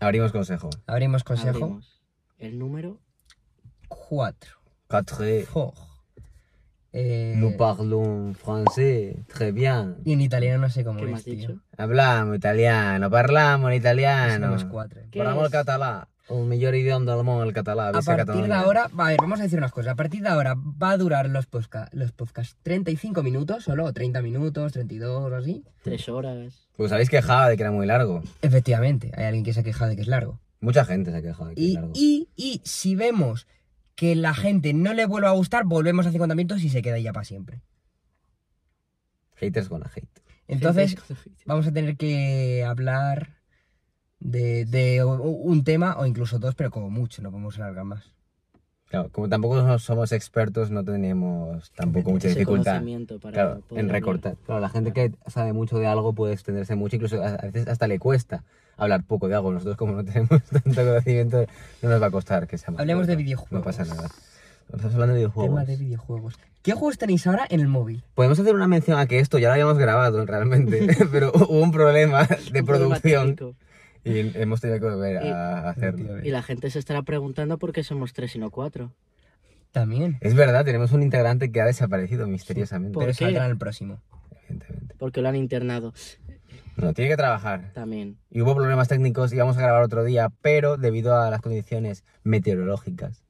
Abrimos consejo. Abrimos consejo. Abrimos. El número 4. Quatre. Nous Eh, parlons français. Très bien. y en italiano no sé cómo que me es, has tío. dicho. Hablamos italiano. Parlamos italiano. Somos cuatro. ¿Qué Parlamos el es? català. El millor idioma del món, el català. A Visca partir de Catalunya. ahora, a ver, vamos a decir unas cosas. A partir de ahora va a durar los podcasts, los podcasts 35 minutos solo, o 30 minutos, 32 o así. Tres horas. Pues habéis quejado de que era muy largo. Efectivamente, hay alguien que se ha quejado de que es largo. Mucha gente se ha quejado de que es Y, largo. y, y si vemos que la gente no le vuelve a gustar, volvemos a 50 minutos y se queda ya para siempre. Haters gonna hate. Entonces, Gente- vamos a tener que hablar de, de u- un tema o incluso dos, pero como mucho, no podemos alargar más. Claro, como tampoco no somos expertos, no tenemos tampoco mucha ese dificultad. conocimiento para Claro, poder en hablar. recortar. Claro, la gente que sabe mucho de algo puede extenderse mucho, incluso a a veces hasta le cuesta hablar poco de algo. Nosotros, como no tenemos tanto conocimiento, no nos va a costar que sea más Hablemos de corto. videojuegos. No pasa nada. Estamos hablando de videojuegos. Tema de videojuegos. ¿Qué juegos tenéis ahora en el móvil? Podemos hacer una mención a que esto ya lo habíamos grabado realmente, pero hubo un problema de Un problema producción técnico. y hemos tenido que volver a hacerlo. Y la gente se estará preguntando por qué somos tres y no cuatro. También. Es verdad, tenemos un integrante que ha desaparecido misteriosamente, ¿Por Pero qué? saldrá en el próximo. evidentemente. Porque lo han internado No, tiene que trabajar. también. Y hubo problemas técnicos, íbamos a grabar otro día, pero debido a las condiciones meteorológicas,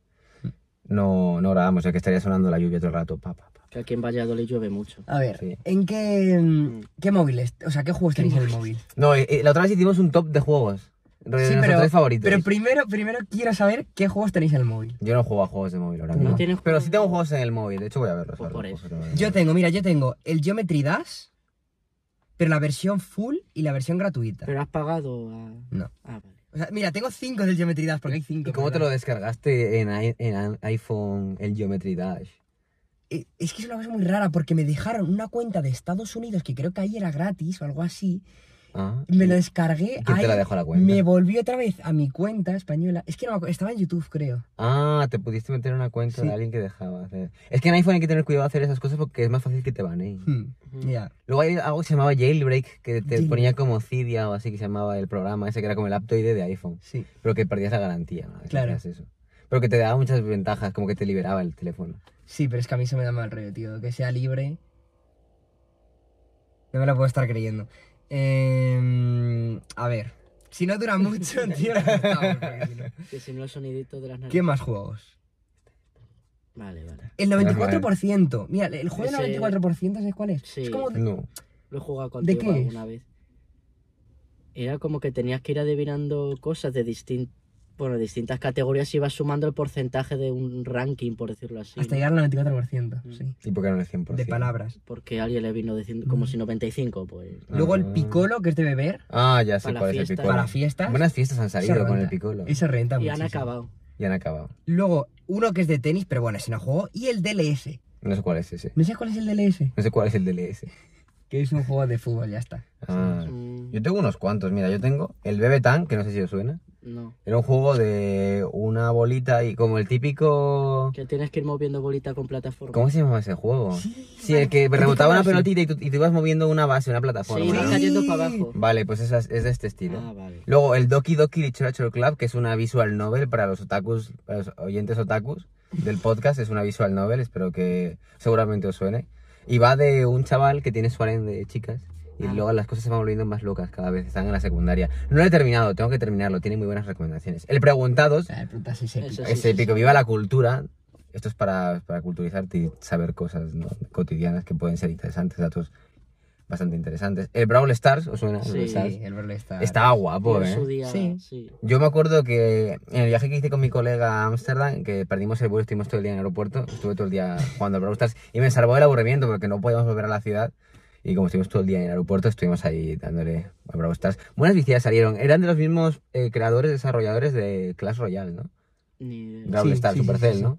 no, no grabamos, ya que estaría sonando la lluvia todo el rato. Pa, pa, pa. Que aquí en Valladolid llueve mucho. A ver, Sí. ¿en qué, mm, qué móviles? O sea, ¿qué juegos tenéis en el móvil? No, eh, eh, la otra vez hicimos un top de juegos. rollo de Sí, nuestros pero, Pues tres favoritos. pero primero, primero quiero saber qué juegos tenéis en el móvil. Yo no juego a juegos de móvil ahora No mismo. tienes Pero juegos sí de tengo móvil. juegos en el móvil, de hecho voy a verlos. ahora, Pues por eso. pero- Yo teneo, mira, yo tengo el Geometry Dash, pero la versión full y la versión gratuita. Pero has pagado a... No. Ah, vale. O sea, mira, tengo cinco del Geometry Dash porque hay cinco. ¿Y cómo te lo ¿verdad? descargaste en, i- en an- iPhone el Geometry Dash? Eh, Es que es una cosa muy rara porque me dejaron una cuenta de Estados Unidos que creo que ahí era gratis o algo así. Ah, Me lo descargué. ¿Quién te ahí, la dejó la cuenta? Me volví otra vez a mi cuenta española. Es que no, me acu- estaba en YouTube, creo. Ah, te pudiste meter en una cuenta Sí. de alguien que dejaba hacer. Es que en iPhone hay que tener cuidado de hacer esas cosas porque es más fácil que te baneen. Hmm, Ujú. Ya. Luego hay algo que se llamaba Jailbreak, que te Jailbreak. ponía como Cydia o así que se llamaba el programa, ese que era como el aptoide de iPhone, Sí. pero que perdías la garantía. ¿no? Si Claro. hacías Eso. Pero que te daba muchas ventajas, como que te liberaba el teléfono. Sí, pero es que a mí se me da mal rollo, tío. Que sea libre. No me lo puedo estar creyendo. Em, a ver. Si no dura mucho, tío, no estamos, porque si no- Que si no los soniditos de las narices. ¿Qué más juegos? Vale, vale. El eh. 94%. Mira, el juego Ese- del 94%, ¿sabes cuál es? Sí. Es como... No. Lo he jugado contigo qué alguna vez. Era como que tenías que ir adivinando cosas de distin- bueno, distintas categorías y ibas sumando el porcentaje de un ranking, por decirlo así. Hasta ¿no? llegar al 94%, Mm. sí. ¿Y por qué no el 100%? De palabras. Porque a alguien le vino diciendo como si 95, pues. Ah. Luego el picolo, que es de beber, Ah, ya sé Para la cuál es el fiesta. picolo. para fiestas. Buenas fiestas han se salido con renta. el picolo. Eso Ah, renta Y han muchísimo. acabado. Y han acabado. Luego, uno que es de tenis, pero bueno, ese no juego. Y el DLS. No sé cuál es ese. ¿No sabes cuál es el DLS? No sé cuál es el DLS. Que es un juego de fútbol, ya está. Ah. Mm, Yo tengo unos cuantos. Mira, yo tengo el Bebetan, que no sé si os suena. No. Era un juego de una bolita y como el típico... Que tienes que ir moviendo bolita con plataforma. ¿Cómo se llamaba ese juego? Sí, el que vale. rebotaba una Sí. pelotita y tú, y tú ibas moviendo una base, una Sí, plataforma. va ¿no? Sí. cayendo para abajo. Vale, pues esa es, es de este estilo. Ah, vale. Luego el Doki Doki Literature Club, que es una visual novel para los otakus, para los oyentes otakus del podcast, es una visual novel, espero que seguramente os suene. Y va de un chaval que tiene su harem de chicas y Ah. luego las cosas se van volviendo más locas cada vez, están en la secundaria. No lo he terminado, tengo que terminarlo, tiene muy buenas recomendaciones. El Preguntados La pregunta es ese Eso pico. sí, es sí, épico, sí. viva la cultura. Esto es para, para culturizarte y saber cosas ¿no? cotidianas que pueden ser interesantes, datos bastante interesantes. El Brawl Stars, ¿os suena? El Brawl Sí. Stars? Sí, el verlo está. Estaba guapo, En ¿eh? su día, Sí. sí. Yo me acuerdo que en el viaje que hice con mi colega a Ámsterdam, que perdimos el vuelo, estuvimos todo el día en el aeropuerto, estuve todo el día jugando a Brawl Stars y me salvó el aburrimiento porque no podíamos volver a la ciudad. Y como estuvimos todo el día en el aeropuerto, estuvimos ahí dándole a Brawl Stars. Buenas vicias salieron. Eran de los mismos eh, creadores, desarrolladores de Clash Royale, ¿no? Ni- Brawl Sí, Stars, sí, sí, Supercell, sí, sí. ¿no?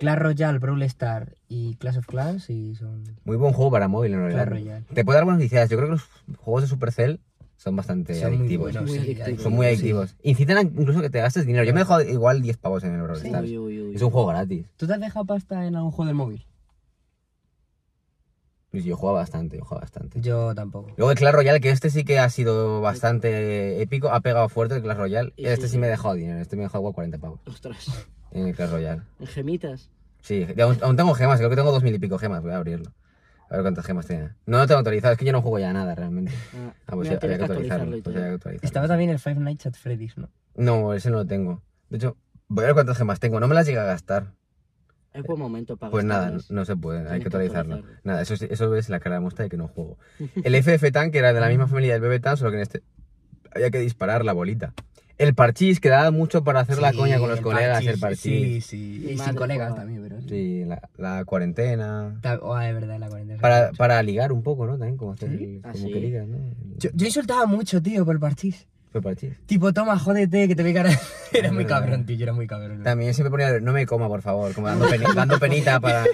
Clash Royale, Brawl Star y Clash of Clans y son Muy buen juego para móvil, en Clash realidad. Royale. Te puede dar buenas vicias. Yo creo que los juegos de Supercell son bastante Son muy adictivos. buenos, Muy sí, adictivos. Son muy sí. adictivos. Incitan a incluso que te gastes dinero. Yo me he dejado igual 10 pavos en el Brawl Sí. Stars. Uy, uy, uy. Es un juego gratis. ¿Tú te has dejado pasta en algún juego del móvil? Luis, yo jugaba bastante, yo jugaba bastante. Yo tampoco. Luego el Clash Royale, que este sí que ha sido bastante épico, ha pegado fuerte el Clash Royale. Y Este sí. sí me dejó dinero, este me dejó 40 pavos Ostras. en el Clash Royale. Gemitas. Sí, y aún, aún tengo gemas, creo que tengo dos mil y pico gemas, voy a abrirlo. A ver cuántas gemas tiene. No lo tengo actualizado, es que yo no juego ya nada realmente. Ah, Ah, pues había mira, tienes que que actualizarlo. actualizarlo y pues todo. había que actualizarlo. Estaba también el Five Nights at Freddy's, ¿no? No, ese no lo tengo. De hecho, voy a ver cuántas gemas tengo, no me las llega a gastar. Es buen momento para Pues nada, no, gastarlas. no se puede, hay Tienes que que actualizarlo. actualizarlo. Nada, eso, sí- eso es la cara de muestra de que no juego. El FF Tank, que era de la misma familia del BB Tank, solo que en este había que disparar la bolita. El parchís, que daba mucho para hacer la Sí, coña con los el colegas, el Sí, parchís. sí. Mi Y sin madre colegas jugaba. también, pero. Sí, la, la cuarentena. Ta- Oh, es verdad, la cuarentena. Para, para ligar un poco, ¿no? También como hacer el- Ah, como sí. que ligas, ¿no? Yo, yo insultaba mucho, tío, por el parchís. Fue parchís. Tipo, toma, jódete, que te ve cara. Era muy cabrón, tío, yo era muy cabrón. También siempre ponía, no me coma, por favor, como dando, peni- dando penita para,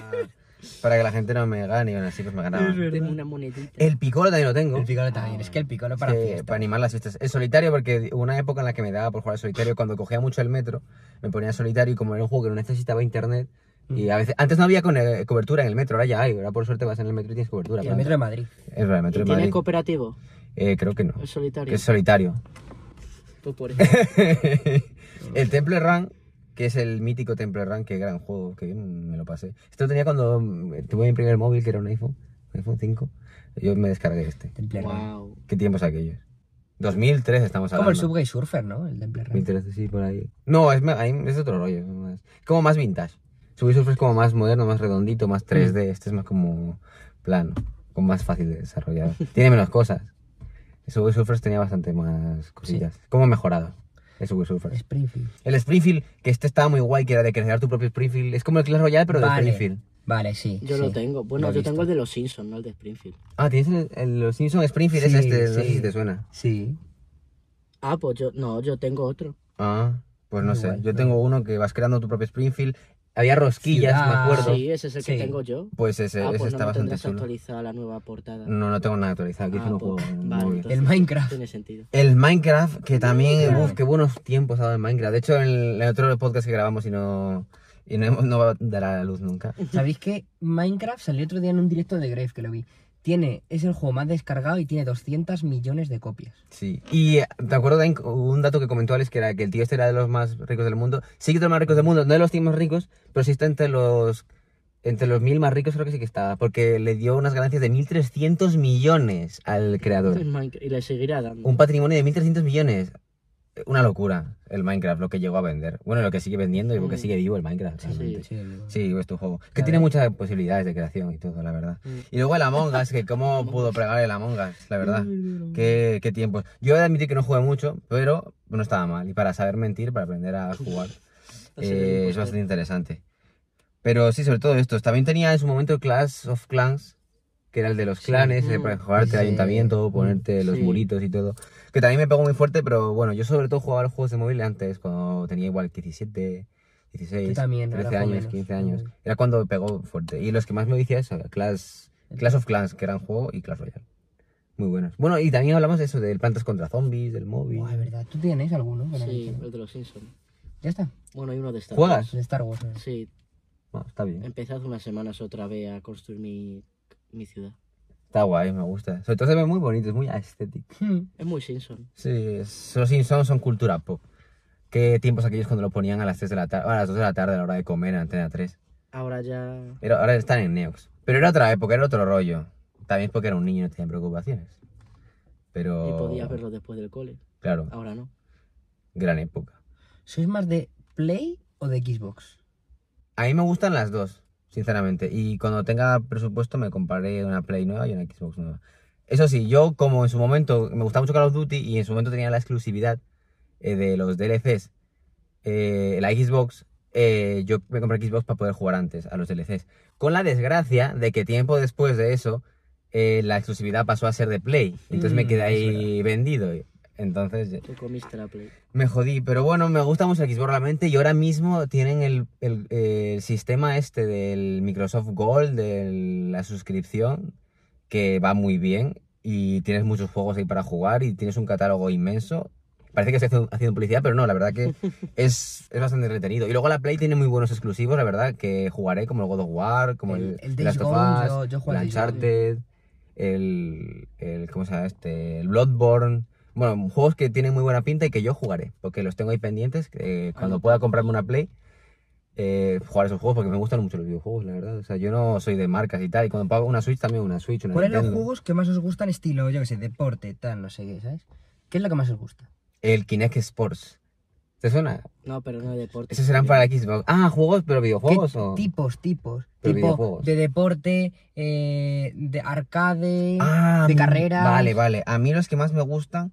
para que la gente no me gane y aún así pues me ganaban. Tengo una monedita. El picolo también lo tengo. El picolo también, es que el picolo para Sí, fiesta. para animar las fiestas. El solitario, porque hubo una época en la que me daba por jugar al solitario, cuando cogía mucho el metro, me ponía solitario y como era un juego que no necesitaba internet, Mm. y a veces, antes no había con- eh, cobertura en el metro, ahora ya hay, ahora por suerte vas en el metro y tienes cobertura. Y el planta. metro de Madrid. Es verdad, el metro ¿Y de tiene Madrid. cooperativo? Eh, creo que no. ¿Es solitario? Que es solitario. Pues por eso. el Temple Run, que es el mítico Temple Run, que gran juego, que bien me lo pasé. Esto lo tenía cuando mm, tuve mi primer móvil, que era un iPhone, un iPhone 5. Yo me descargué este. Temple Run. wow. ¿Qué tiempos aquellos? 2003 estamos hablando. Como el Subway Surfer, ¿no? El Temple Run. 2013, sí, por ahí. No, es, me- ahí es otro rollo. es más- como más vintage. Subway Surfer es como más moderno, más redondito, Mm. más 3D. Este es más como plano, como más fácil de desarrollar. Tiene menos cosas. El Subway Surfers tenía bastante más cosillas. Como mejorado el Subway Surfers. Springfield. El Springfield, que este estaba muy guay, que era de crear tu propio Springfield. Es como el Clash Royale, pero de Vale. Springfield. Vale, sí. Yo sí. lo tengo. Bueno, Lo he yo visto. tengo el de los Simpsons, no el de Springfield. Ah, tienes el, el- los Simpsons Springfield, es Sí, este, no sé sí. si te suena. Sí. Ah, pues yo, no, yo tengo otro. Ah, pues no Muy sé. guay, Yo muy tengo uno que vas creando tu propio Springfield. Había rosquillas, me Ciudad. acuerdo. Sí, ese es el que Sí. tengo yo. Pues ese, ah, ese pues está no me bastante tendrás chulo. actualizada la nueva portada. No, no tengo nada actualizado, aquí Ah, yo no pues, juego en vale, móvil. entonces El Mm. Minecraft. Tiene sentido. El Minecraft, que también, Minecraft. uff, qué buenos tiempos ha dado el Minecraft. De hecho, en el, en el otro podcast que grabamos y no, y no, hemos- no va a dar a la luz nunca. ¿Sabéis que Minecraft salió otro día en un directo de Grave que lo vi? Tiene, es el juego más descargado y tiene 200 millones de copias. Sí. Y eh, te acuerdo de un dato que comentó Alex, que era que el tío este era de los más ricos del mundo. Sí que es de los más ricos del mundo, no de los 100 más ricos, pero sí está entre los entre los mil más ricos creo que sí que estaba, porque le dio unas ganancias de 1.300 millones al creador. El Minecraft- Y le seguirá dando. Un patrimonio de 1.300 millones. Una locura el Minecraft, lo que llegó a vender. Bueno, lo que sigue vendiendo y lo que Mm. sigue vivo el Minecraft. Sí, realmente. Sí, digo. Sí, es tu juego. Que Ya tiene ves. muchas posibilidades de creación y todo, la verdad. Mm. Y luego el Among Us, que cómo pudo pregar el Among Us, la verdad. Qué, qué tiempos. Yo he de admitir que no jugué mucho, pero no estaba mal. Y para saber mentir, para aprender a jugar, Ha sido un eh, es impostor. bastante interesante. Pero sí, sobre todo estos. También tenía en su momento Clash of Clans, que era el de los clanes, eh, Mm. para jugarte el Ese- ayuntamiento, ponerte Mm. los Sí. muritos y todo. Que también me pegó muy fuerte, pero bueno, yo sobre todo jugaba a los juegos de móvil antes, cuando tenía igual 17, 16, Yo también, ahora 13 juego años, menos. 15 años. Era cuando pegó fuerte. Y los que más me decía eso, Clash, Clash of Clans, que eran juego, y Clash Royale. Muy buenos. Bueno, y también hablamos de eso, del plantas contra zombies, del móvil. Buah, de verdad. ¿Tú tienes alguno? Bueno, Sí, no. el de los Simpsons. Ya está. Bueno, hay uno de Star ¿Juegas? Es de Star Wars. ¿no? Wars. Sí, No, está bien. empecé hace unas semanas otra vez a construir mi, mi ciudad. Está guay, me gusta. Sobre todo se ve muy bonito, es muy estético. Hmm. Es muy Simpson. Sí, es- los Simpsons son cultura pop. Qué tiempos aquellos cuando lo ponían a las 3 de la tarde, a las 2 de la tarde a la hora de comer en Antena 3. Ahora ya... Era- ahora están en Neox. Pero era otra época, era otro rollo. También es porque era un niño y no tenía preocupaciones. Pero... Y podías verlo después del cole. Claro, Ahora no. gran época. ¿Sois más de Play o de Xbox? A mí me gustan las dos, sinceramente. Y cuando tenga presupuesto me compraré una Play nueva y una Xbox nueva. Eso sí, yo como en su momento me gustaba mucho Call of Duty y en su momento tenía la exclusividad eh, de los DLCs, eh, la Xbox, eh, yo me compré Xbox para poder jugar antes a los DLCs. Con la desgracia de que tiempo después de eso, eh, la exclusividad pasó a ser de Play. Entonces me Mm, quedé es ahí vendido. Entonces Te comiste la Play. me jodí, pero bueno, me gusta mucho el Xbox realmente y ahora mismo tienen el, el, eh, el sistema este del Microsoft Gold, de la suscripción, que va muy bien y tienes muchos juegos ahí para jugar y tienes un catálogo inmenso Parece que estoy haciendo- haciendo publicidad, pero no, la verdad que es, es bastante entretenido. Y luego la Play tiene muy buenos exclusivos, la verdad, que jugaré como el God of War, como el, El- el The Days Last of Gone, Us, yo- yo juego el al Days Gone. Uncharted, el, el- ¿Cómo se llama este? El Bloodborne. Bueno, juegos que tienen muy buena pinta y que yo jugaré, porque los tengo ahí pendientes. eh, cuando pueda comprarme una Play, eh, jugar esos juegos, porque me gustan mucho los videojuegos, la verdad. O sea, yo no soy de marcas y tal. Y cuando pago una Switch, también una Switch, una ¿Cuáles son los Nintendo. juegos que más os gustan? Estilo, yo que sé, deporte, tal, no sé qué, ¿sabes? ¿Qué es lo que más os gusta? El Kinect Sports. ¿Te suena? No, pero no de deporte. Esos serán para Xbox. Ah, juegos, pero videojuegos ¿Qué o. tipos, tipos? Pero tipo videojuegos. de deporte, eh, de arcade, Ah, de mm, carreras. Vale, vale. A mí los que más me gustan.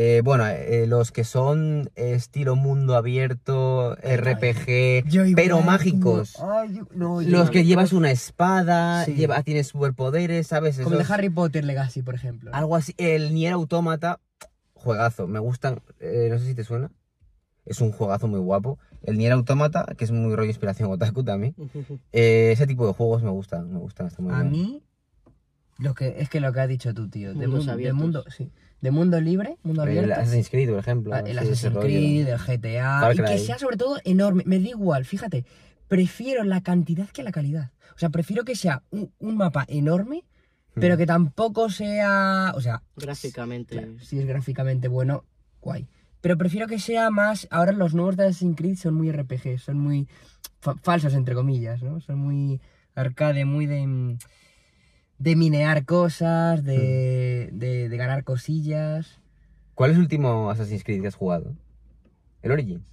eh, bueno, eh, los que son eh, estilo mundo abierto, RPG, Yo igual, pero tío. mágicos. Ay, yo- no, yo- Los que llevas una espada, Sí. lleva- tienes superpoderes, ¿sabes? Como el Esos- de Harry Potter Legacy, por ejemplo. Algo así. El Nier Automata, juegazo. Me gustan. eh, no sé si te suena. Es un juegazo muy guapo. El Nier Automata, que es muy rollo inspiración otaku también. Eh, ese tipo de juegos me gustan, me gustan, está muy A bien. mí, lo que, es que lo que has dicho tú, tío. De, Mundos mun- de abiertos. mundo, sí. de mundo libre, mundo El abierto. Assassin's Creed, por ejemplo. Ah, El así, ese Assassin's rollo. Creed, el GTA. Far y que Cry. sea sobre todo enorme. Me da igual, fíjate. Prefiero la cantidad que la calidad. O sea, prefiero que sea un, un mapa enorme, Hmm. pero que tampoco sea. O sea, Gráficamente. claro, si es gráficamente bueno, guay. Pero prefiero que sea más. Ahora los nuevos de Assassin's Creed son muy RPG, son muy fa- falsos, entre comillas, ¿no? Son muy arcade, muy de. mm, de minear cosas, de, Hmm. de, de ganar cosillas. ¿Cuál es el último Assassin's Creed que has jugado? ¿El Origins?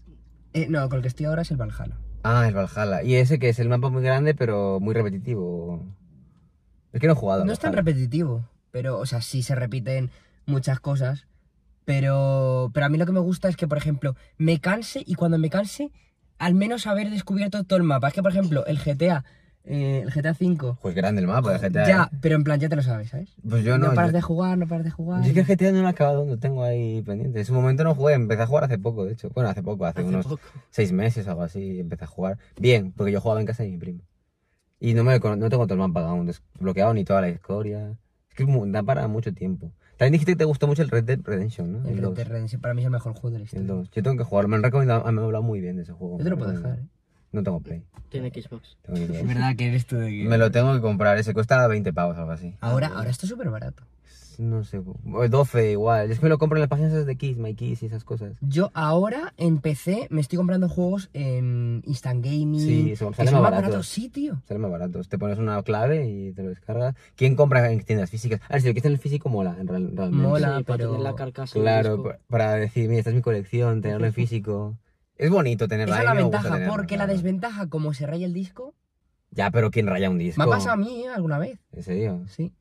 Eh, no, con el que estoy ahora es el Valhalla. Ah, el Valhalla. Y ese que es el mapa muy grande, pero muy repetitivo. Es que no he jugado. al No es tan Valhalla. repetitivo, pero, o sea, sí se repiten muchas cosas. Pero, pero a mí lo que me gusta es que, por ejemplo, me canse y cuando me canse, al menos haber descubierto todo el mapa. Es que, por ejemplo, el GTA, eh, el GTA V, Pues grande el mapa, el GTA. ya, pero en plan ya te lo sabes, ¿sabes? ¿eh? Pues yo no. no paras yo- de jugar, no paras de jugar. Yo es que el GTA no lo he acabado, lo tengo ahí pendiente. En su momento no jugué, empecé a jugar hace poco, de hecho. Bueno, hace poco, hace, Hace unos poco. seis meses o algo así, empecé a jugar. Bien, porque yo jugaba en casa de mi primo. Y no, me, cono- no tengo todo el mapa aún desbloqueado ni toda la historia. Es que es mu- da para mucho tiempo. También dijiste que te gustó mucho el Red Dead Redemption, ¿no? El Red dos. Dead Redemption para mí es el mejor juego de la El historia. 2. Yo tengo que jugarlo. Me han recomendado, ah, me han hablado muy bien de ese juego. Yo te lo puedo Me han dejar, ¿eh? recomendado. No tengo play. Tiene Xbox. tengo que Es play. verdad que eres tú de me lo tengo que comprar. Ese cuesta 20 pavos o algo así. Ahora, ahora está súper barato. No sé. o 12 igual. Es que me lo compro en las páginas esas de Kiss, My Kiss y esas cosas. Yo ahora en PC me estoy comprando juegos en Instant Gaming. Sí, eso, que sale son más más barato. baratos, sí, tío. Sale más barato. Te pones una clave y te lo descargas. ¿Quién compra en tiendas físicas? A ver, si lo quieres en el físico, mola. en real- realmente. Mola, Sí, para pero- tener la carcasa. y el Claro, pues. disco. pa- para decir, mira, esta es mi colección, tenerlo en físico. Es bonito tenerlo Esa es ahí, la me gusta ventaja, tenerlo, porque la claro. desventaja, como se raya el disco, Ya, pero ¿quién raya un disco? me ha pasado a mí ¿eh? alguna vez. ¿En serio? Sí,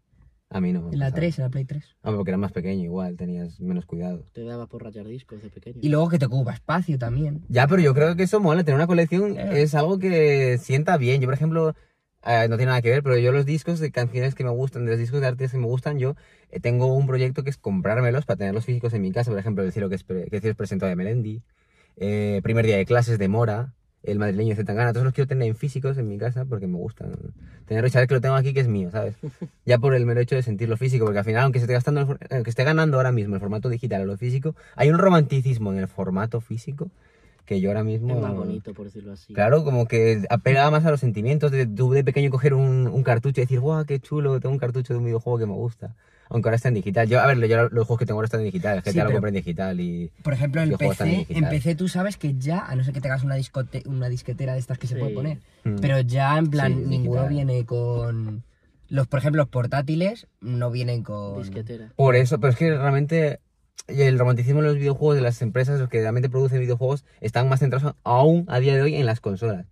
A mí no. me ha en la pasado. 3, en la Play 3. Ah, porque era más pequeño igual, tenías menos cuidado. Te daba por rayar discos de pequeño. Y luego que te ocupa espacio también. Ya, pero yo creo que eso mola, tener una colección Eh. es algo que sienta bien. Yo, por ejemplo, eh, no tiene nada que ver, pero yo los discos de canciones que me gustan, de los discos de artistas que me gustan, yo eh, tengo un proyecto que es comprármelos para tenerlos físicos en mi casa. Por ejemplo, el cielo que, es pre- que el cielo es presentado de Melendi, eh, primer día de clases de Mora, el madrileño de Zetangana. Todos los quiero tener en físicos en mi casa porque me gustan. Tenerlo y saber que lo tengo aquí que es mío, ¿sabes? Ya por el mero hecho de sentirlo físico, porque al final, aunque, se esté gastando el for- aunque esté ganando ahora mismo el formato digital o lo físico, hay un romanticismo en el formato físico que yo ahora mismo... Es más bonito, por decirlo así. Mm. Claro, como que apela más a los sentimientos de tú de pequeño coger un, un cartucho y decir, guau, qué chulo, tengo un cartucho de un videojuego que me gusta. Aunque ahora está en digital. Yo, a ver, yo los juegos que tengo ahora están en digital, el Sí, GTA lo pero- compré en digital y... Por ejemplo, en Yo juego también PC, en digital. PC tú sabes que ya, a no ser que tengas una, discote una disquetera de estas que se Sí. puede poner, Mm. pero ya en plan Sí, ninguno digital. viene con... Los, por ejemplo, los portátiles no vienen con... Disquetera. Por eso, pero es que realmente el romanticismo de los videojuegos, de las empresas, los que realmente producen videojuegos, están más centrados aún a día de hoy en las consolas.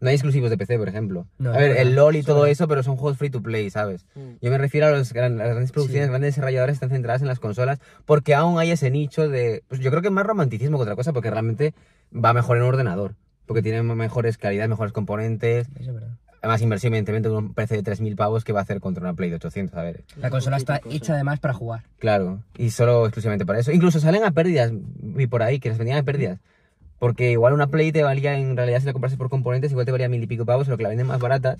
No hay exclusivos de PC, por ejemplo. No, a ver, es el verdad, LOL y es todo verdad. eso, pero son juegos free to play, ¿sabes? Mm. Yo me refiero a los gran- las grandes producciones, Sí. grandes desarrolladores están centradas en las consolas, porque aún hay ese nicho de. Pues yo creo que es más romanticismo que otra cosa, porque realmente va mejor en un ordenador. Porque tiene mejores calidades, mejores componentes, Eso es verdad. más inversión, evidentemente, con un PC de 3.000 pavos que va a hacer contra una Play de 800, a ver. La consola está Poquita cosa. hecha además para jugar. Claro, y solo exclusivamente para eso. Incluso salen a pérdidas, vi por ahí, que las vendían a pérdidas. Porque igual una Play te valía, en realidad, si la comprases por componentes, igual te valía mil y pico pavos, lo que la venden más barata.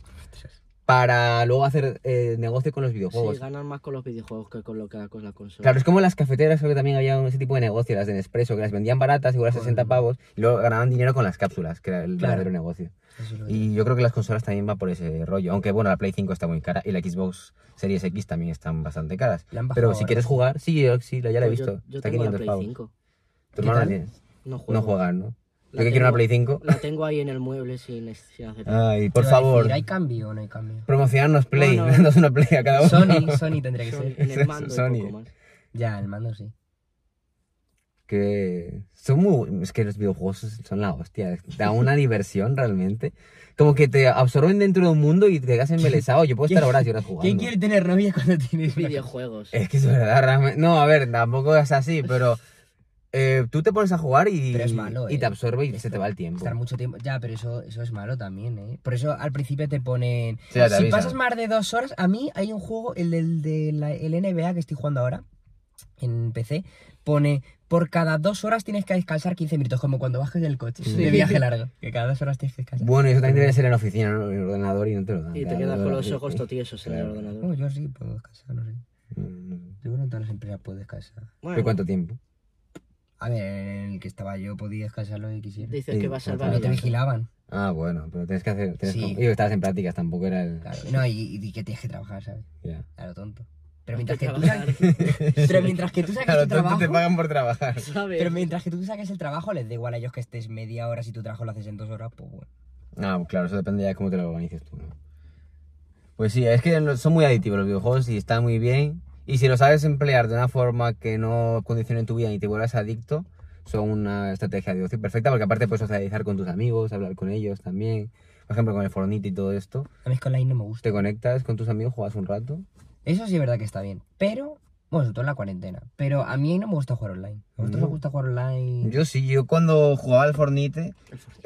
para luego hacer eh, negocio con los videojuegos. Sí, ganan más con los videojuegos que con lo que con la consola. Claro, es como las cafeteras, creo que también había un- ese tipo de negocio, las de Nespresso, que las vendían baratas, igual a 60 pavos, y luego ganaban dinero con las cápsulas, que era el Claro. verdadero negocio. Eso es lo que- Y yo creo que las consolas también van por ese rollo, aunque bueno, la Play 5 está muy cara y la Xbox Series X también están bastante caras. La han bajado Pero si ahora. quieres jugar, sí, yo- sí, la- ya la he Pues visto. Yo, yo está tengo la 500 Play pavos. 5. Tu ¿Qué hermano la tal? tiene. No juego. No jugar, ¿no? La yo que quiero una tengo- Play Ah, 5. La tengo ahí en el mueble sin, sin hacer nada. Ay, Te por iba a favor, decir, ¿Hay cambio o no hay cambio? promocionarnos Play, Bueno. dándonos una Play a cada uno. Sony, Sony tendría que Son- ser. en el mando y Sony. poco más. Ya, el mando sí. que son muy es que los videojuegos son la hostia da una diversión realmente como que te absorben dentro de un mundo y te quedas embelesado yo puedo estar ¿Quién- horas y horas jugando ¿Quién quiere tener novia cuando tienes Videojuegos. es que es verdad realmente no a ver tampoco es así pero eh, tú te pones a jugar y Pero es malo, y te eh. absorbe y se Esto- te va el tiempo Estar mucho tiempo. Ya, pero eso, eso es malo también, ¿eh? Por eso al principio te ponen. Sí, ya te si avisan. pasas más de dos horas. A mí hay un juego, el del de la- el NBA que estoy jugando ahora, en PC, pone. Por cada dos horas tienes que descansar 15 minutos, como cuando bajes del coche Sí. de viaje largo. Que cada dos horas tienes que descansar. bueno y eso también debe ser en la oficina ¿no? en el ordenador y no te lo dan Y te dan- quedas dan- con dan- los ojos sí. totiesos en el Claro. No, ordenador. yo sí puedo descansar, no sé. Mm, Yo creo que en todas las empresas puedo descansar. ¿pero Bueno, cuánto tiempo A ver, en el que estaba yo podía descansar lo que quisiera. dices que va a salvar Pero no te vidas. vigilaban. ah bueno pero tienes que hacer tienes Sí. como- digo, estabas en prácticas tampoco era el Claro. No, y, y que tienes que trabajar, ¿sabes? Ya. A lo tonto. Pero mientras que, Hay tú trabajar, saques, pero mientras que tú saques Claro, tu tanto trabajo. te pagan por trabajar ¿sabes? Pero mientras que tú saques el trabajo, les da igual a ellos que estés media hora si tu trabajo lo haces en dos horas, pues bueno. Ah, claro, eso depende ya de cómo te lo organices tú, ¿no? Pues sí, es que lo- son muy adictivos los videojuegos y están muy bien. Y si lo sabes emplear de una forma que no condicione tu vida ni te vuelvas adicto, son una estrategia de ocio perfecta, porque aparte puedes socializar con tus amigos, hablar con ellos también. Por ejemplo, con el Fortnite y todo esto, A mí es que online no me gusta. te conectas con tus amigos, juegas un rato. Eso sí es verdad que está bien. Pero, bueno, sobre todo en la cuarentena. Pero a mí no me gusta jugar online. A vosotros No. os gusta jugar online. Yo sí, yo cuando jugaba al Fortnite,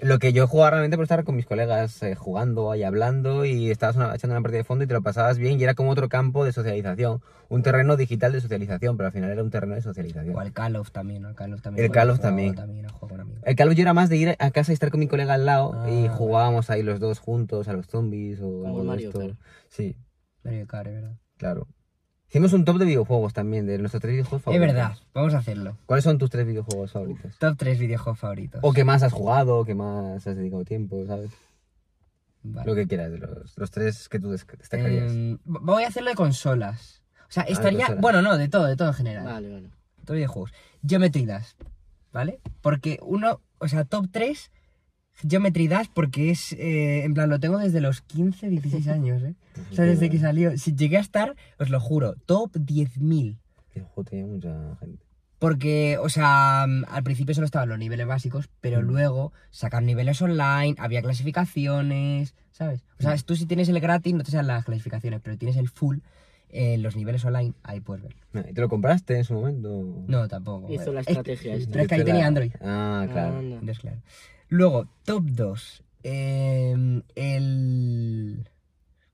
lo que yo jugaba realmente por estar con mis colegas eh, jugando y hablando y estabas una- echando una partida de fondo y te lo pasabas bien y era como otro campo de socialización, un terreno digital de socialización, pero al final era un terreno de socialización. O al Call of también, ¿no? Al Call of también. El cuando Call of jugaba también. también a jugar con amigos. El calvo yo era más de ir a casa y estar con mi colega al lado Ah, y vale. jugábamos ahí los dos juntos a los zombies o algo el de Mario esto. Kart. Sí, Mario Kart, es verdad. claro. Hicimos un top de videojuegos también, de nuestros tres videojuegos Es favoritos. verdad, vamos a hacerlo. ¿Cuáles son tus tres videojuegos favoritos? Top 3 videojuegos favoritos. O que más has jugado, que más has dedicado tiempo, ¿sabes? Vale. Lo que quieras, de los, los tres que tú des- destacarías. Ah, Em, v- voy a hacerlo de consolas. O sea, de estaría. consolas. Bueno, no, de todo, de todo en general. Vale, vale. Todo videojuegos. Geometridas, ¿vale? Porque uno, o sea, top 3, Geometridas, porque es. eh, en plan, lo tengo desde los 15, 16 años, ¿eh? O sea, desde que salió. Si llegué a estar, os lo juro, top 10.000. El juego tenía mucha gente. Porque, o sea, mm, al principio solo estaban los niveles básicos, pero Mm. luego sacaron niveles online, había clasificaciones, ¿sabes? O sea, tú si tienes el gratis no te salen las clasificaciones, pero tienes el full, eh, los niveles online, ahí puedes ver. Ah, ¿y ¿Te lo compraste en su momento? No, tampoco. Hizo eh. la Es- estrategia esta. pero es que ahí Te la- tenía Android. Ah, claro. Anda. Entonces, claro. Luego, top 2. em, el...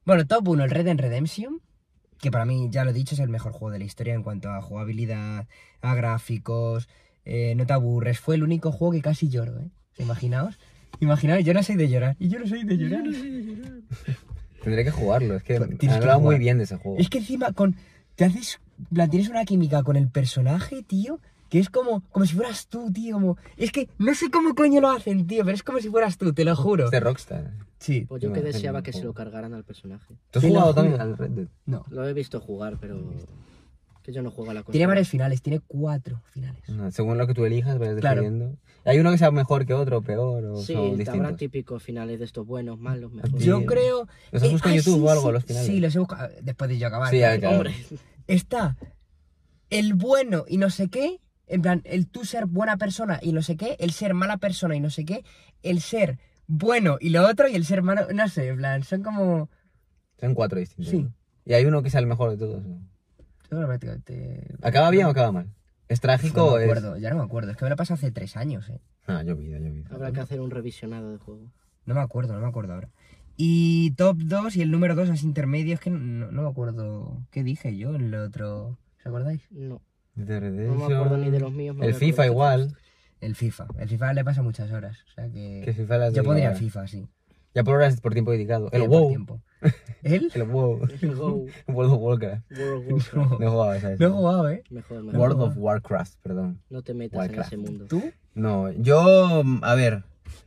Bueno, top 1, el Red Dead Redemption, que para mí, ya lo he dicho, es el mejor juego de la historia en cuanto a jugabilidad, a gráficos, eh, no te aburres. Fue el único juego que casi lloro, ¿eh? Imaginaos. Imaginaos, yo no soy de llorar. Y yo no soy de llorar. Tendré que jugarlo, es que Pues han tienes que hablado muy jugar. bien de ese juego. Es que encima con. Te haces. en plan, tienes una química con el personaje, tío. Que es como, como si fueras tú, tío. Como, es que no sé cómo coño lo hacen, tío, pero es como si fueras tú, te lo juro. Es de Rockstar. Sí. Pues yo que Imagínate deseaba un que se juego. lo cargaran al personaje. ¿Tú has Te lo jugado juro. también al Red Dead? No. Lo he visto jugar, pero. Que yo no juego a la consola. Tiene varios finales, tiene cuatro finales. No, según lo que tú elijas, vas Claro. decidiendo. ¿Hay uno que sea mejor que otro, peor o Sí, son habrá distintos? típicos finales de estos buenos, malos, mejores. Sí. Yo creo. ¿Los has eh, buscado en ah, YouTube sí, o algo, sí, los finales? Sí, los he buscado. ah, Después de yo acabar. Sí, claro. claro. Hombre, Está el bueno y no sé qué. En plan, el tú ser buena persona y no sé qué. El ser mala persona y no sé qué. El ser bueno y lo otro y el ser malo. No sé, en plan, son como. Son cuatro distintos. Sí. ¿no? Y hay uno que sea el mejor de todos. ¿no? Yo creo que prácticamente- ¿Acaba bien o acaba mal? ¿Es trágico No o me es.? acuerdo, ya no me acuerdo. Es que me lo pasé hace tres años, eh. Ah, yo vida, yo vida. habrá que hacer un revisionado de juego. No me acuerdo, no me acuerdo ahora. Y top 2 y el número 2 es intermedio. Es que no, no me acuerdo qué dije yo en el otro. ¿Os acordáis? No, The no me acuerdo ni de los Redemption. míos. me El acuerdo de FIFA los igual. otros. El FIFA. El FIFA le pasa muchas horas. O sea Que que. FIFA las Yo doy pondría ahora. FIFA, sí. Ya por horas por tiempo dedicado. El Tiempo al WoW. tiempo. ¿Él? El WoW. Go, World of Warcraft. World of Warcraft. No jugaba, ¿sabes? No he jugado, ¿eh? Mejor, mejor. World of Warcraft, perdón. No te metas Warcraft. en ese mundo. ¿Tú? No, yo, mm, a ver,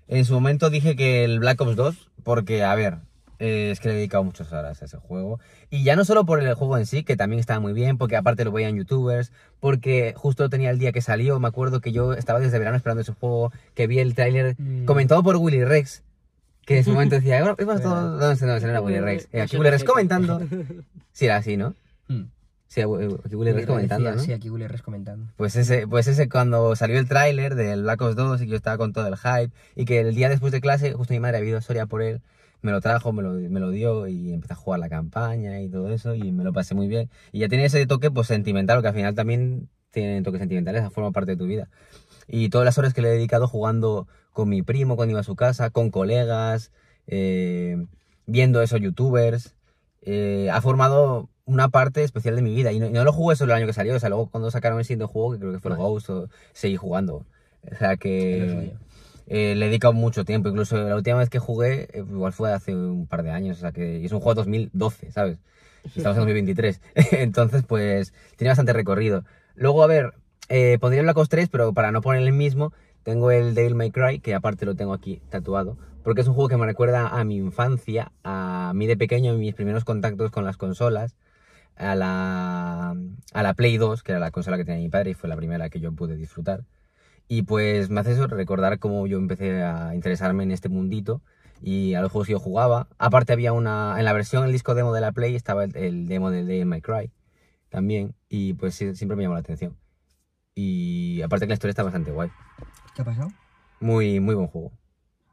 en su momento dije que el Black Ops 2, porque, a ver, eh, es que le he dedicado muchas horas a ese juego. Y ya no solo por el juego en sí, que también estaba muy bien, porque aparte lo veían youtubers, porque justo tenía el día que salió, me acuerdo que yo estaba desde verano esperando ese juego, que vi el tráiler Mm. comentado por Willy Rex. Que en su momento decía, bueno, hemos todo... No, no, no, era Willy Rex. Eh, aquí Willy Rex comentando. Sí, era así, ¿no? Mm. Sí, era Wi- aquí Willy Rex comentando, ¿no? Sí, aquí Willy Rex comentando. Pues ese, pues ese cuando salió el tráiler del Black Ops 2 y que yo estaba con todo el hype y que el día después de clase justo mi madre había ido a Soria por él, me lo trajo, me lo, me lo dio y empecé a jugar la campaña y todo eso y me lo pasé muy bien. Y ya tiene ese toque pues sentimental, que al final también tienen toques sentimentales, forma parte de tu vida. Y todas las horas que le he dedicado jugando con mi primo cuando iba a su casa, con colegas, eh, viendo esos youtubers, eh, ha formado una parte especial de mi vida. Y no, y no lo jugué solo el año que salió, o sea, luego cuando sacaron el siguiente juego, que creo que fue el Vale. Ghost, o- seguí jugando. O sea Es lo que suyo. eh, le he dedicado mucho tiempo, incluso la última vez que jugué, eh, igual fue hace un par de años, o sea que y es un juego 2012, ¿sabes? Estamos en 2023. Entonces, pues, tiene bastante recorrido. Luego, a ver, eh, pondría el Black Ops 3, pero para no poner el mismo, tengo el Devil May Cry, que aparte lo tengo aquí tatuado, porque es un juego que me recuerda a mi infancia, a mí de pequeño, mis primeros contactos con las consolas, a la, a la Play 2, que era la consola que tenía mi padre y fue la primera que yo pude disfrutar. Y pues me hace eso recordar cómo yo empecé a interesarme en este mundito y a los juegos que yo jugaba. Aparte había una, en la versión, el disco demo de la Play estaba el, el demo del Day in My Cry también y pues sí, siempre me llamó la atención. Y aparte que la historia está bastante guay. ¿Qué ha pasado? Muy, muy buen juego.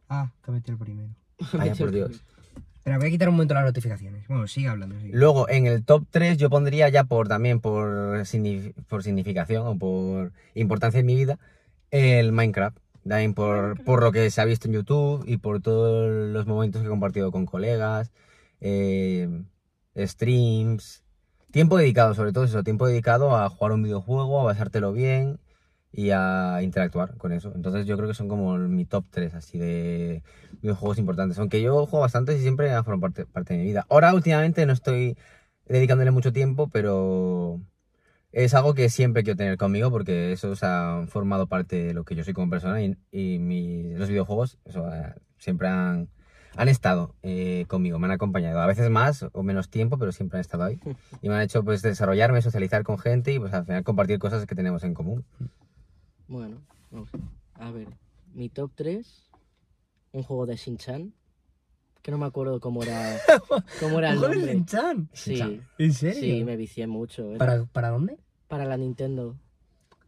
Ah, que metí el primero. Vaya por Dios. Pero voy a quitar un momento las notificaciones. Bueno, sigue hablando. sigue. Luego, en el top 3 yo pondría ya por también por, signif- por significación o por importancia en mi vida el Minecraft. También por, por lo que se ha visto en YouTube y por todos los momentos que he compartido con colegas, eh, streams. Tiempo dedicado, sobre todo eso, tiempo dedicado a jugar un videojuego, a pasártelo bien y a interactuar con eso. Entonces yo creo que son como mi top 3 así de videojuegos importantes. Aunque yo juego bastante y siempre ha formado parte, parte de mi vida. Ahora últimamente no estoy dedicándole mucho tiempo, pero es algo que siempre quiero tener conmigo porque eso se ha formado parte de lo que yo soy como persona y, y mi- los videojuegos eso, eh, siempre han, han estado eh, conmigo, me han acompañado. A veces más o menos tiempo, pero siempre han estado ahí. Y me han hecho pues desarrollarme, socializar con gente y pues al final compartir cosas que tenemos en común. Bueno, vamos. A ver, mi top 3, un juego de Shin-Chan, que no me acuerdo cómo era, cómo era el ¿Juego de nombre. Shin-chan? Sí, Shin-Chan. ¿En sí, serio? me vicié mucho. era ¿Para, ¿Para dónde? para la Nintendo.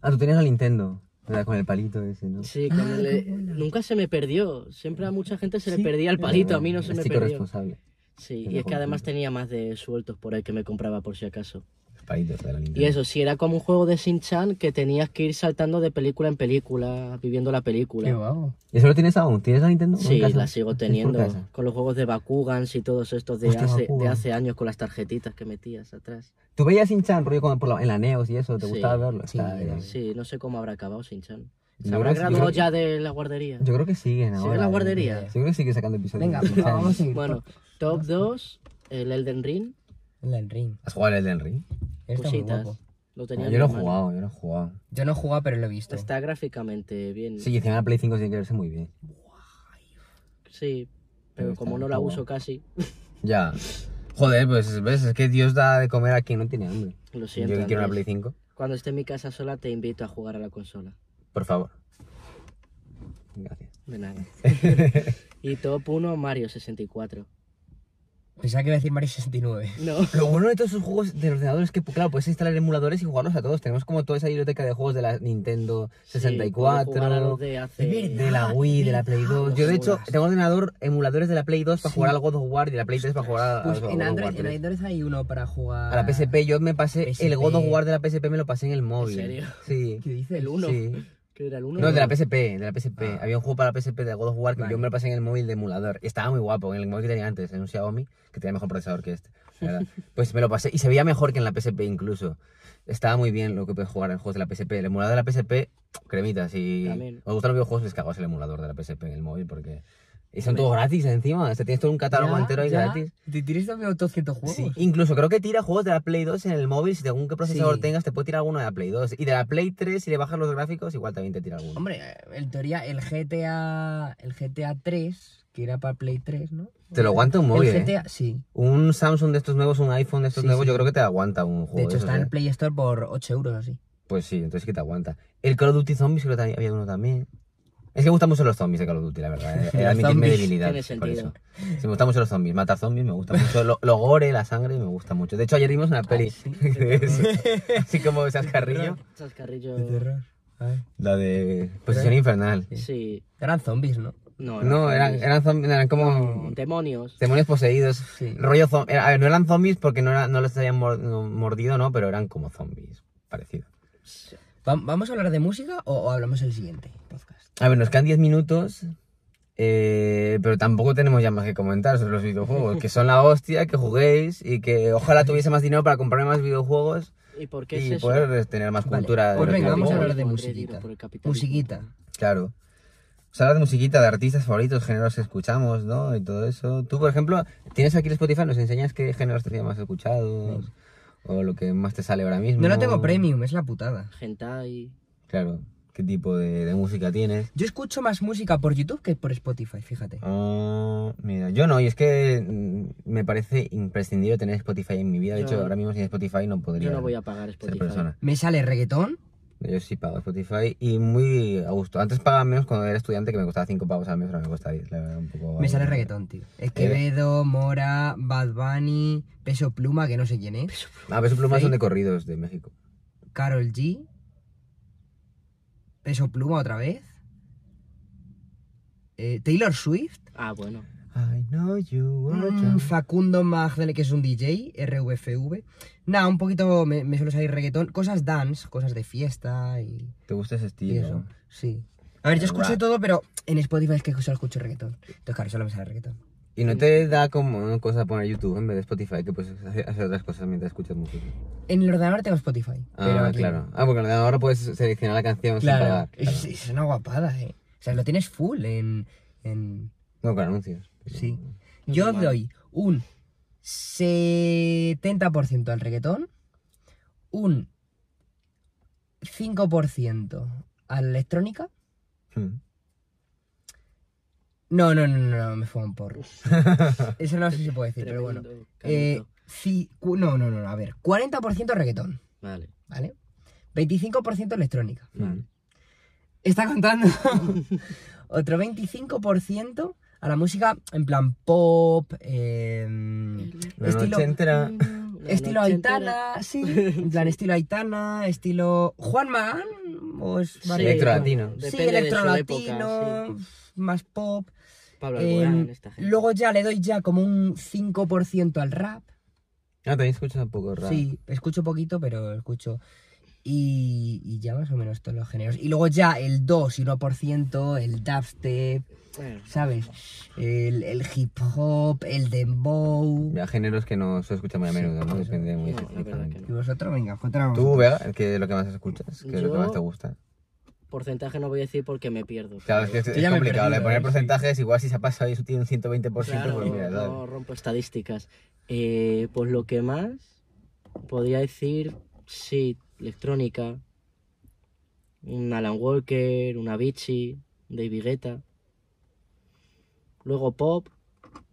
Ah, tú tenías la Nintendo, ¿verdad? Con el palito ese, ¿no? Sí, con Ah, el- qué buena. nunca se me perdió. Siempre a mucha gente se Sí. le perdía el palito, a mí no se me Plástico perdió. responsable. Sí, Qué y es que mejor, además tío. tenía más de sueltos por ahí que me compraba por si acaso. Los palitos de la Nintendo. Y eso, sí, era como un juego de Shin-Chan que tenías que ir saltando de película en película, viviendo la Qué película. guapo. ¿Y eso lo tienes aún? ¿Tienes la Nintendo? Sí, en casa? la sigo ¿Es por teniendo. casa? Con los juegos de Bakugans y todos estos de, Hostia, hace, de Bakugan. hace años con las tarjetitas que metías atrás. ¿Tú veías Shin-Chan rollo con- por la- en la Neos y eso? ¿Te Sí, gustaba verlo? sí, Está bien. Sí, no sé cómo habrá acabado Shin-Chan. Yo ¿Se habrá creo que- yo graduado creo- ya de la guardería? Yo creo que siguen ¿Sigue ahora. en la eh. guardería? Seguro que siguen sacando episodios. Venga, de va, Shin-Chan. vamos a seguir. Bueno, top 2, el Elden Ring. En la ring. ¿Has jugado al Elden Ring? Está muy cositas. guapo. Lo tenía en Ah, Yo no he mi mano. jugado, yo no he jugado. Yo no he jugado, pero lo he visto. Está gráficamente bien. Sí, y encima la Play 5 tiene que verse muy bien. Sí, Pero pero está- como no está la guapo. uso casi, Ya. Joder, pues ves, es que Dios da de comer a quien no tiene hambre. lo Yo siento. que quiero una Play Andrés. 5, Cuando esté en mi casa sola te invito a jugar a la consola. por favor. Gracias. De nada. y top 1, Mario 64. Pensaba que iba a decir Mario 69. No. Lo bueno de todos esos juegos de ordenador es que, pu- claro, puedes instalar emuladores y jugarlos a todos. Tenemos como toda esa biblioteca de juegos de la Nintendo Sí, puedo 64, jugar a los de hace... Es verdad. de la Wii, de la Play 2. Yo, de hecho, Ostras. tengo ordenador emuladores de la Play 2 para Sí. jugar al God of War y de la Play 3 para jugar a, Pues al God en of War Android, en 3. Android hay uno para jugar. A la PSP yo me pasé el PSP. God of War de la PSP me lo pasé en el móvil. serio? Sí. ¿Qué dices? El 1. Sí. Que era el 1. No, de la PSP, de la PSP. Ah. Había un juego para la PSP de God of War que Vale. yo me lo pasé en el móvil de emulador. Y estaba muy guapo, en el móvil que tenía antes, en un Xiaomi, que tenía mejor procesador que este. la verdad. Pues me lo pasé y se veía mejor que en la PSP incluso. Estaba muy bien lo que puedes jugar en juegos de la PSP. El emulador de la PSP, cremita, si También. os gustan los videojuegos, descargaos el emulador de la PSP en el móvil porque Y son todos gratis encima. O sea, tienes todo un catálogo Ya, entero ahí ya. gratis. Te tienes también otros 100 juegos. Sí. Incluso creo que tira juegos de la Play 2 en el móvil. Si según qué procesador Sí. tengas, te puede tirar alguno de la Play 2. Y de la Play 3, si le bajas los gráficos, igual también te tira alguno. Hombre, eh, en teoría el GTA, el GTA 3, que era para Play 3, ¿no? Te lo aguanta un El móvil. ¿eh? GTA, sí. Un Samsung de estos nuevos, un iPhone de estos Sí, nuevos, sí, yo sí. creo que te aguanta un juego. De hecho, esos, está en ¿eh? el Play Store por 8 euros así. Pues sí, entonces que te aguanta. El Call of Duty Zombies creo que también- había uno también. Es que me gustan mucho los zombies de Call of Duty, la verdad. eh. He de Los admitir mi zombies. debilidad. Tiene por sentido. eso. Sí, me gustan mucho los zombies. Matar zombies me gusta mucho. Lo, lo gore, la sangre me gusta mucho. De hecho, ayer vimos una peli. sí, de eso. Así como esas carrillo. Chascarrillo. La de Posición Infernal. Sí. Eran zombies, ¿no? No, pues No, eran, eran, zombies, eran como demonios. demonios poseídos. Sí. Rollo zom- era- A ver, no eran zombies porque no, era- no los habían mor- no, mordido, ¿no? Pero eran como zombies. Parecido. Va- ¿Vamos a hablar de música o, o hablamos el siguiente podcast? A ver, nos quedan 10 minutos, eh, pero tampoco tenemos ya más que comentar sobre los videojuegos, que son la hostia, que juguéis y que ojalá tuviese más dinero para comprarme más videojuegos ¿Y por qué es y eso? poder tener más Vale, cultura pues de los venga, vamos a videojuegos. hablar de Por el musiquita. por el capitalismo. Musiquita. Claro. O sea, hablar de musiquita, de artistas favoritos, géneros que escuchamos, ¿no? Y todo eso. Tú, por ejemplo, tienes aquí el Spotify, nos enseñas qué géneros te más escuchados o lo que más te sale ahora mismo. No lo tengo premium, es la putada. Hentai. Claro. ¿Qué tipo de, de música tienes? Yo escucho más música por YouTube que por Spotify, fíjate. Ah, mira, yo no, y es que mm, me parece imprescindible tener Spotify en mi vida. De Yo- hecho, ahora mismo sin Spotify no podría Yo no voy a pagar ser Spotify. persona. Me sale reggaetón, Yo sí pago Spotify y muy a gusto. Antes pagaba menos cuando era estudiante, que me costaba 5 pavos al mes, ahora me cuesta 10, la verdad, un poco. me sale reggaetón, tío. Esquevedo, Mora, Bad Bunny, Peso Pluma, que no sé quién es, A ver, sus Ah, plumas son Sí. de corridos de México. Carol G, Peso Pluma otra vez, eh, Taylor Swift, Ah, bueno. I know you were mm, just- Facundo Magdalena, que es un DJ, RVFV. Nada, un poquito me, me suele salir reggaetón, cosas dance, cosas de fiesta y, ¿Te gusta ese y estilo? eso. Sí. A ver, yo escucho Rap. todo, pero en Spotify es que solo escucho reggaetón. Entonces, claro, solo me sale reggaetón. ¿Y no te da como una cosa poner YouTube en vez de Spotify, que puedes hacer hacer otras cosas mientras escuchas música? En el ordenador tengo Spotify. pero ah, aquí no. claro. Ah, porque ahora puedes seleccionar la canción Claro, sin pagar. Es, es una guapada, eh. O sea, lo tienes full en. en- No, con anuncios. Sí. No Yo está mal. doy un 70% al reggaetón, un 5% a la electrónica. Hmm. No, no, no, no, no, me fue un porro. Eso no sé si se puede decir, pero bueno. Tremendo Eh, canuto. ci- cu- no, no, no, no, a ver. 40% reggaetón, Vale, ¿vale? 25% hmm. electrónica. vale. Está contando. Otro 25% a la música en plan pop, em, La Estilo- noche entera. Mm. La Mm, estilo noche Aitana, sí. En plan estilo Aitana, estilo Juan Magán. O es entera. más Sí, electrolatino. Sí, depende de su electrolatino, época, sí. más pop. Pablo Em, Alborán, esta gente. luego ya le doy ya como un 5% al rap. Ah, también escuchas un poco raro. Sí, escucho poquito, pero escucho. Y, y ya más o menos todos los géneros. Y luego ya el 2 y 1%, el dubstep, Bueno, ¿sabes? El, el hip hop, el dembow. Ya géneros que no se escucha muy a Sí, menudo, ¿no? eso. Depende muy No, la verdad que ¿Y específicamente. vosotros? Venga, encontramos. Tú, Vega, ¿qué es lo que más escuchas? ¿Qué es lo que Yo- más te gusta? porcentaje no voy a decir porque me pierdo. Claro, es que es, Yo es ya me he complicado. perdido, de poner ¿eh? porcentajes, igual si se ha pasado y eso tiene un 120%, Claro, pues mira, ¿sabes? no rompo estadísticas. Eh, pues lo que más podría decir, sí, electrónica. Un Alan Walker, una Avicii, David Guetta. Luego pop,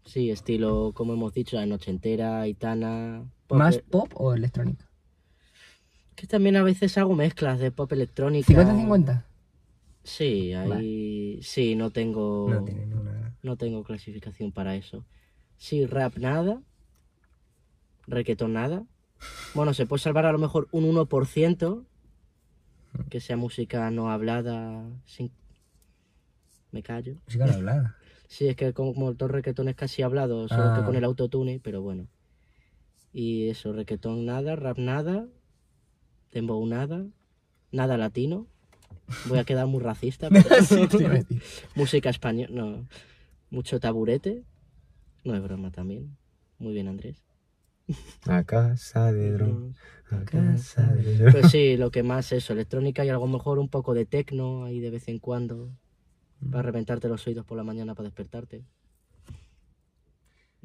sí, estilo, como hemos dicho, la noche entera, Aitana. pop- ¿Más pop o electrónica? Que también a veces hago mezclas de pop electrónica. 50-50. Sí, ahí sí, no tengo... No tiene ninguna. No tengo clasificación para eso. Sí, rap nada. Reggaeton nada. Bueno, se puede salvar a lo mejor un 1%. Que sea música no hablada. Sin... Me callo. Música no hablada. Sí, es que como el todo el reggaetón es casi hablado, solo Ah. que con el autotune, pero bueno. Y eso, reggaetón nada, rap nada, dembow nada, nada latino. Voy a quedar muy racista, pero... Sí, te iba a decir. Música española, no. Mucho taburete. No es broma también. Muy bien, Andrés. A casa de dron, a casa de dron. Pues sí, lo que más eso, electrónica y a lo mejor un poco de tecno ahí de vez en cuando. Para reventarte los oídos por la mañana para despertarte.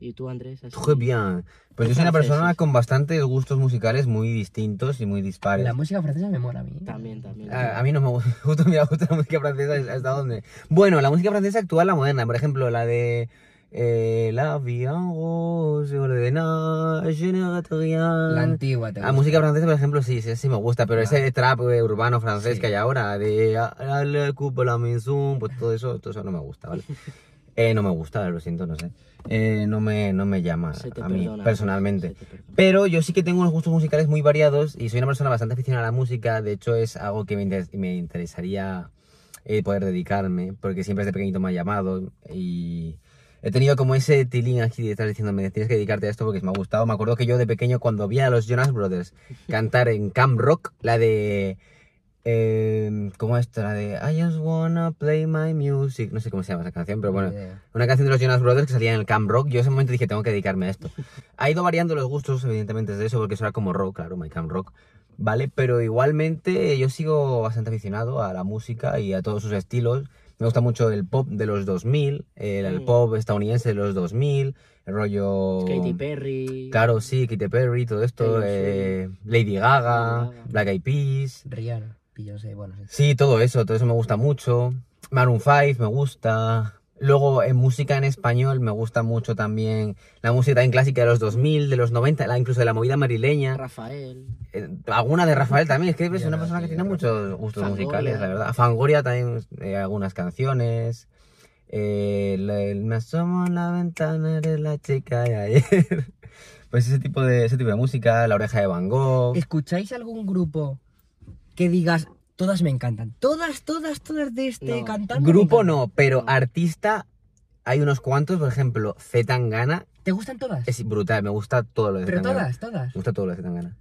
¿Y tú, Andrés? así? Très bien. Pues yo soy una persona con bastantes gustos musicales muy distintos y muy dispares. La música francesa me mola a mí. También, también. A, Ah, a mí no me gusta, justo me gusta la música francesa es- hasta dónde. Bueno, la música francesa actual, la moderna, por ejemplo, la de eh, La vie en rose, ordena, je ne regrette rien. La antigua te La gusta. música francesa, por ejemplo, sí, sí, sí me gusta, pero ese trap eh, urbano francés que hay ahora, de ah, ah, le coupe la maison, pues todo eso, todo eso no me gusta, ¿vale? Eh, no me gusta, lo siento, no sé. Eh, no, me, no me llama Se te a mí perdona, personalmente. se te perdona. Pero yo sí que tengo unos gustos musicales muy variados y soy una persona bastante aficionada a la música. De hecho, es algo que me, inter- me interesaría eh, poder dedicarme, porque siempre desde pequeñito me ha llamado y he tenido como ese tilín aquí de estar diciéndome, tienes que dedicarte a esto porque me ha gustado. Me acuerdo que yo de pequeño cuando vi a los Jonas Brothers cantar en Camp Rock, la de... eh, ¿Cómo es esto? La de I just wanna play my music. No sé cómo se llama esa canción, pero bueno. Ni idea. Una canción de los Jonas Brothers que salía en el Camp Rock. Yo en ese momento dije, tengo que dedicarme a esto. Ha ido variando los gustos, evidentemente, desde eso, porque eso era como rock, claro, My Camp Rock. ¿Vale? Pero igualmente yo sigo bastante aficionado a la música y a todos sus estilos. Me gusta mucho el pop de los 2000, el, el Mm. pop estadounidense de los 2000, el rollo... Katy Perry. Claro, sí, Katy Perry, todo esto. Taylor eh, Lady Gaga, Lady Gaga. Black Eyed Peas. Rihanna, Beyoncé, bueno, sí. Sí, todo eso, todo eso me gusta mucho. Maroon 5 me gusta. Luego en música en español me gusta mucho también la música también clásica de los 2000, de los 90, la- incluso de la movida madrileña. Rafael. Eh, alguna de Rafael también, es que es Ya, una persona que sí, tiene Rafael. muchos gustos Fangoria. musicales, la verdad. A Fangoria también eh, algunas canciones. Eh, la- el me asomo a la ventana, eres la chica de ayer. Pues ese tipo de, ese tipo de música, La Oreja de Van Gogh. ¿Escucháis algún grupo que digas, todas me encantan? Todas, todas, todas de este No. cantante. me Grupo encantan"? no, pero No. artista hay unos cuantos, por ejemplo, Z Tangana ¿Te gustan todas? es brutal, me gusta todo lo de Pero Z Tangana. todas, todas. Me gusta todo lo de Z Tangana.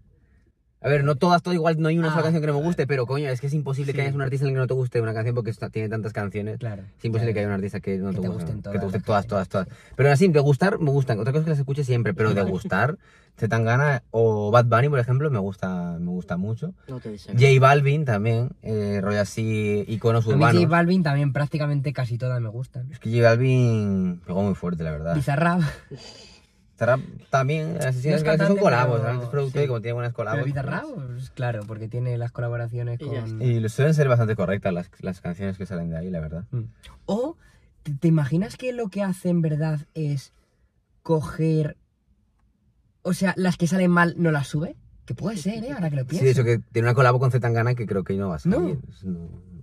A ver, no todas, todas igual, no hay una Ah, sola canción que no me guste, pero coño, es que es imposible que Sí. hayas un artista en el que no te guste una canción porque está- tiene tantas canciones. Claro. Es imposible claro. que haya un artista que no Que te, te guste, gusten que te todas guste las todas, todas, canciones, todas. Pero así, de gustar, me gustan. Otra cosa es que las escuche siempre, pero de gustar, Z Tangana o Bad Bunny, por ejemplo, me gusta, me gusta mucho. No te deseo. J Balvin también, eh, rollo así, iconos A mí J urbanos. Balvin también, prácticamente casi todas me gustan. Es que J Balvin pegó muy fuerte, la Ah. verdad. Bizarrap, Bizarrap también, No asesinos es que a veces son cantante, colabos, pero- a veces es productor sí. y como tiene buenas colabos. pero Bizarrap, pues, claro, porque tiene las colaboraciones Y ya con... Y suelen ser bastante correctas las, las canciones que salen de ahí, la verdad. Mm. O, ¿te, te imaginas que lo que hace en verdad es coger... O sea, las que salen mal no las sube? Que puede ser, ¿eh? Ahora que lo Sí, pienso. de hecho que tiene una colabo con Zetangana que creo que no va a salir. Pues No.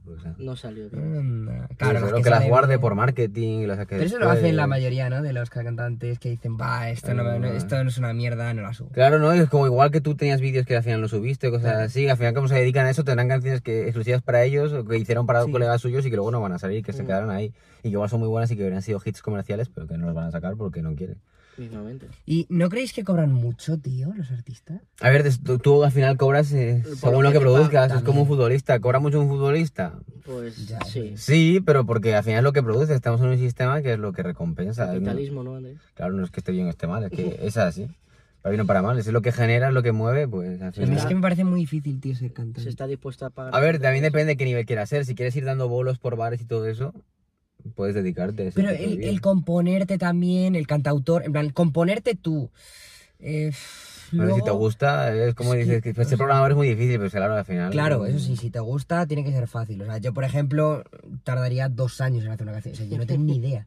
o sea, No salió. bien. Mm. Anda, claro, las que, las salen guarde bien. por marketing y las saque Pero eso lo después. hacen la mayoría, ¿no? De los cantantes que dicen, va, esto no, me- no- Ah. esto no es una mierda, no la subo. Claro, no, es como igual que tú tenías vídeos que al final no subiste, cosas Claro. así. Al final, como se dedican a eso, tendrán canciones que exclusivas para ellos o que hicieron para Sí. colegas suyos y que luego no van a salir, que se Mm. quedaron ahí. Y que igual son muy buenas y que hubieran sido hits comerciales, pero que no los van a sacar porque no quieren. Mismamente. ¿Y no creéis que cobran mucho, tío, los artistas? A ver, des- tú, tú al final cobras eh, Por según lo lo que que te pagan produzcas, es también. como un futbolista, cobra mucho un futbolista. Pues Ya, sí. Sí, pero porque al final lo que produce, estamos en un sistema que es lo que recompensa. ¿no? Capitalismo, ¿no, Andrés? Claro, no es que esté bien o esté mal, es que es así. Para bien o para mal, eso es lo que genera, es lo que mueve, pues al A Sí, mí final- es que me parece muy difícil, tío, ser cantante. Se está dispuesta a pagar. A ver, también depende de qué nivel quieras ser. Si quieres ir dando bolos por bares y todo eso, puedes dedicarte a ese Pero tipo de el, vida. el componerte también, el cantautor, en plan, componerte tú. Eh, A ver, luego- si te gusta, es como Es que- dices, que, pues, ser programador es muy difícil, pero claro, al final... Claro, mm, eso sí, si te gusta, tiene que ser fácil. O sea, yo, por ejemplo, tardaría dos años en hacer una canción. O sea, yo no tengo ni idea.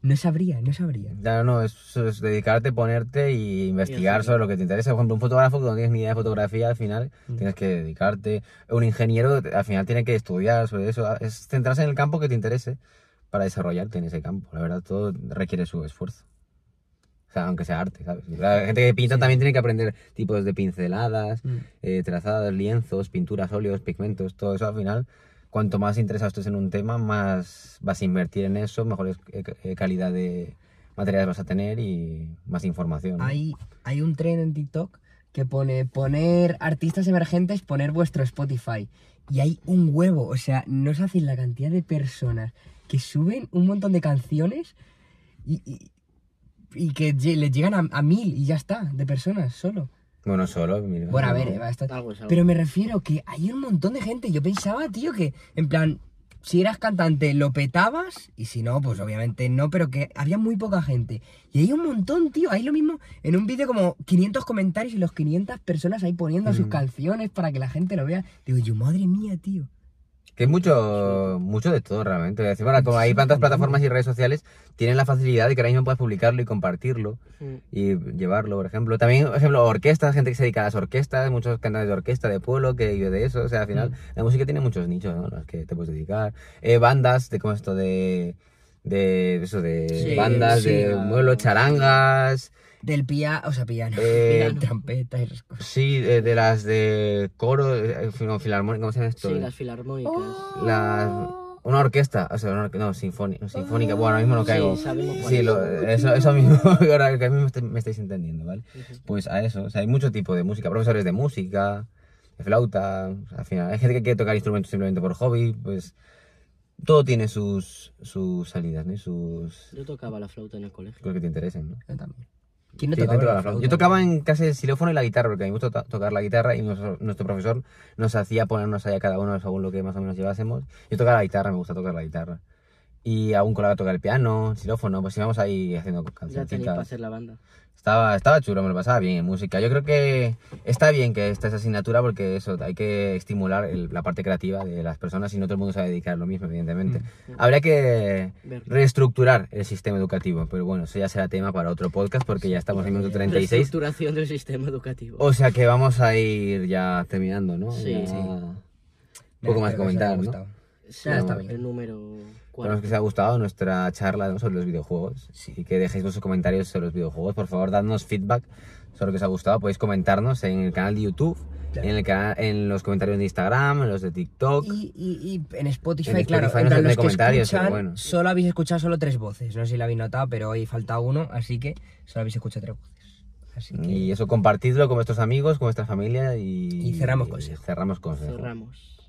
No sabría, no sabría. Claro, no, es, es dedicarte, ponerte y investigar hacerlo. sobre lo que te interesa. Por ejemplo, un fotógrafo que no tienes ni idea de fotografía, al final Mm. tienes que dedicarte. Un ingeniero, al final, tiene que estudiar sobre eso. Es centrarse en el campo que te interese para desarrollarte en ese campo. La verdad, todo requiere su esfuerzo. O sea, aunque sea arte, ¿sabes? La gente que pinta también tiene que aprender tipos de pinceladas, Mm. eh, trazados, lienzos, pinturas, óleos, pigmentos, todo eso al final. Cuanto más interesado estés en un tema, más vas a invertir en eso, mejor es- eh, eh, calidad de materiales vas a tener y más información. ¿no? Hay, hay un tren en TikTok que pone poner artistas emergentes, poner vuestro Spotify. Y hay un huevo, o sea, no os hacéis la cantidad de personas que suben un montón de canciones y, y- y que lle- les llegan a, a mil y ya está, de personas solo. Bueno, solo. mira, Bueno, a no. ver, eh, va a estar- Algo es algo. Pero me refiero que hay un montón de gente. Yo pensaba, tío, que en plan, si eras cantante lo petabas y si no, pues obviamente no, pero que había muy poca gente. Y hay un montón, tío, hay lo mismo en un vídeo como 500 comentarios y los 500 personas ahí poniendo sus Mm. canciones para que la gente lo vea. Digo, yo, madre mía, tío. Que es mucho, mucho de todo realmente. Es decir, ahora, como hay tantas plataformas y redes sociales, tienen la facilidad de que ahora mismo puedas publicarlo y compartirlo Mm. y llevarlo, por ejemplo. También, por ejemplo, orquestas, gente que se dedica a las orquestas, muchos cantantes de orquesta de pueblo que vive de eso. O sea, al Mm. final, la música tiene muchos nichos, ¿no? Los que te puedes dedicar. Eh, bandas, de como esto de. de eso, de Sí, ah. bandas, sí, de la- muelos, charangas. Del pia, o sea, piano, Eh, piano, trompeta y esas cosas. Sí, Eh, de, de las de coro, eh, no, filarmónica, ¿cómo se llama esto? Sí, las filarmónicas. Oh. la- una orquesta, o sea, una orque- no, sinfónica, sinfónica, bueno, ahora mismo no Sí, caigo. sabemos cuál Sí, es. lo- eso, eso mismo, ahora que a mí me, est- me estáis entendiendo, ¿vale? Pues a eso, o sea, hay mucho tipo de música, profesores de música, de flauta, o sea, al final, hay gente que quiere tocar instrumentos simplemente por hobby, pues todo tiene sus, sus salidas, ¿no? Y sus... Yo tocaba la flauta en el colegio. cosas que te interesen, ¿no? Yo también. ¿Quién no Sí, tocaba yo tocaba la la flauta. flauta? Yo tocaba en clase el xilófono y la guitarra, porque a mí me gusta to- tocar la guitarra y nuestro, nuestro profesor nos hacía ponernos ahí a cada uno según lo que más o menos llevásemos. Yo tocaba la guitarra, me gusta tocar la guitarra. Y a un colega tocaba el piano, el xilófono, pues íbamos ahí haciendo Ah, Ya tenía para cancioncitas. hacer la banda. Estaba, estaba chulo, me lo pasaba bien en música. Yo creo que está bien que esta es asignatura porque eso, hay que estimular el- la parte creativa de las personas y no todo el mundo sabe dedicar lo mismo, evidentemente. Mm. Habría que Ver. reestructurar el sistema educativo, pero bueno, eso ya será tema para otro podcast porque ya estamos en el minuto 36. Reestructuración del sistema educativo. Oh, O sea que vamos a ir ya terminando, ¿no? Sí. Ya- Sí. Poco Nada, más espero que os comentar, haya ¿no? gustado. Sí, ya está bien. el número Esperamos 4. que os haya gustado nuestra charla ¿no? sobre los videojuegos y que dejéis vuestros comentarios sobre los videojuegos. Por favor, dadnos feedback sobre lo que os ha gustado. Podéis comentarnos en el canal de YouTube, Claro. en, el cana- en los comentarios de Instagram, en los de TikTok. Y, y, y en Spotify, En claro, Spotify en no plan, se los ven que comentarios, pero escuchan, bueno. solo habéis escuchado solo tres voces. No sé si lo habéis notado, pero hoy falta uno, así que solo habéis escuchado tres voces. Así que Mm, Y eso, compartidlo con vuestros amigos, con vuestra familia y... Y cerramos consejo. Cerramos consejo. Cerramos.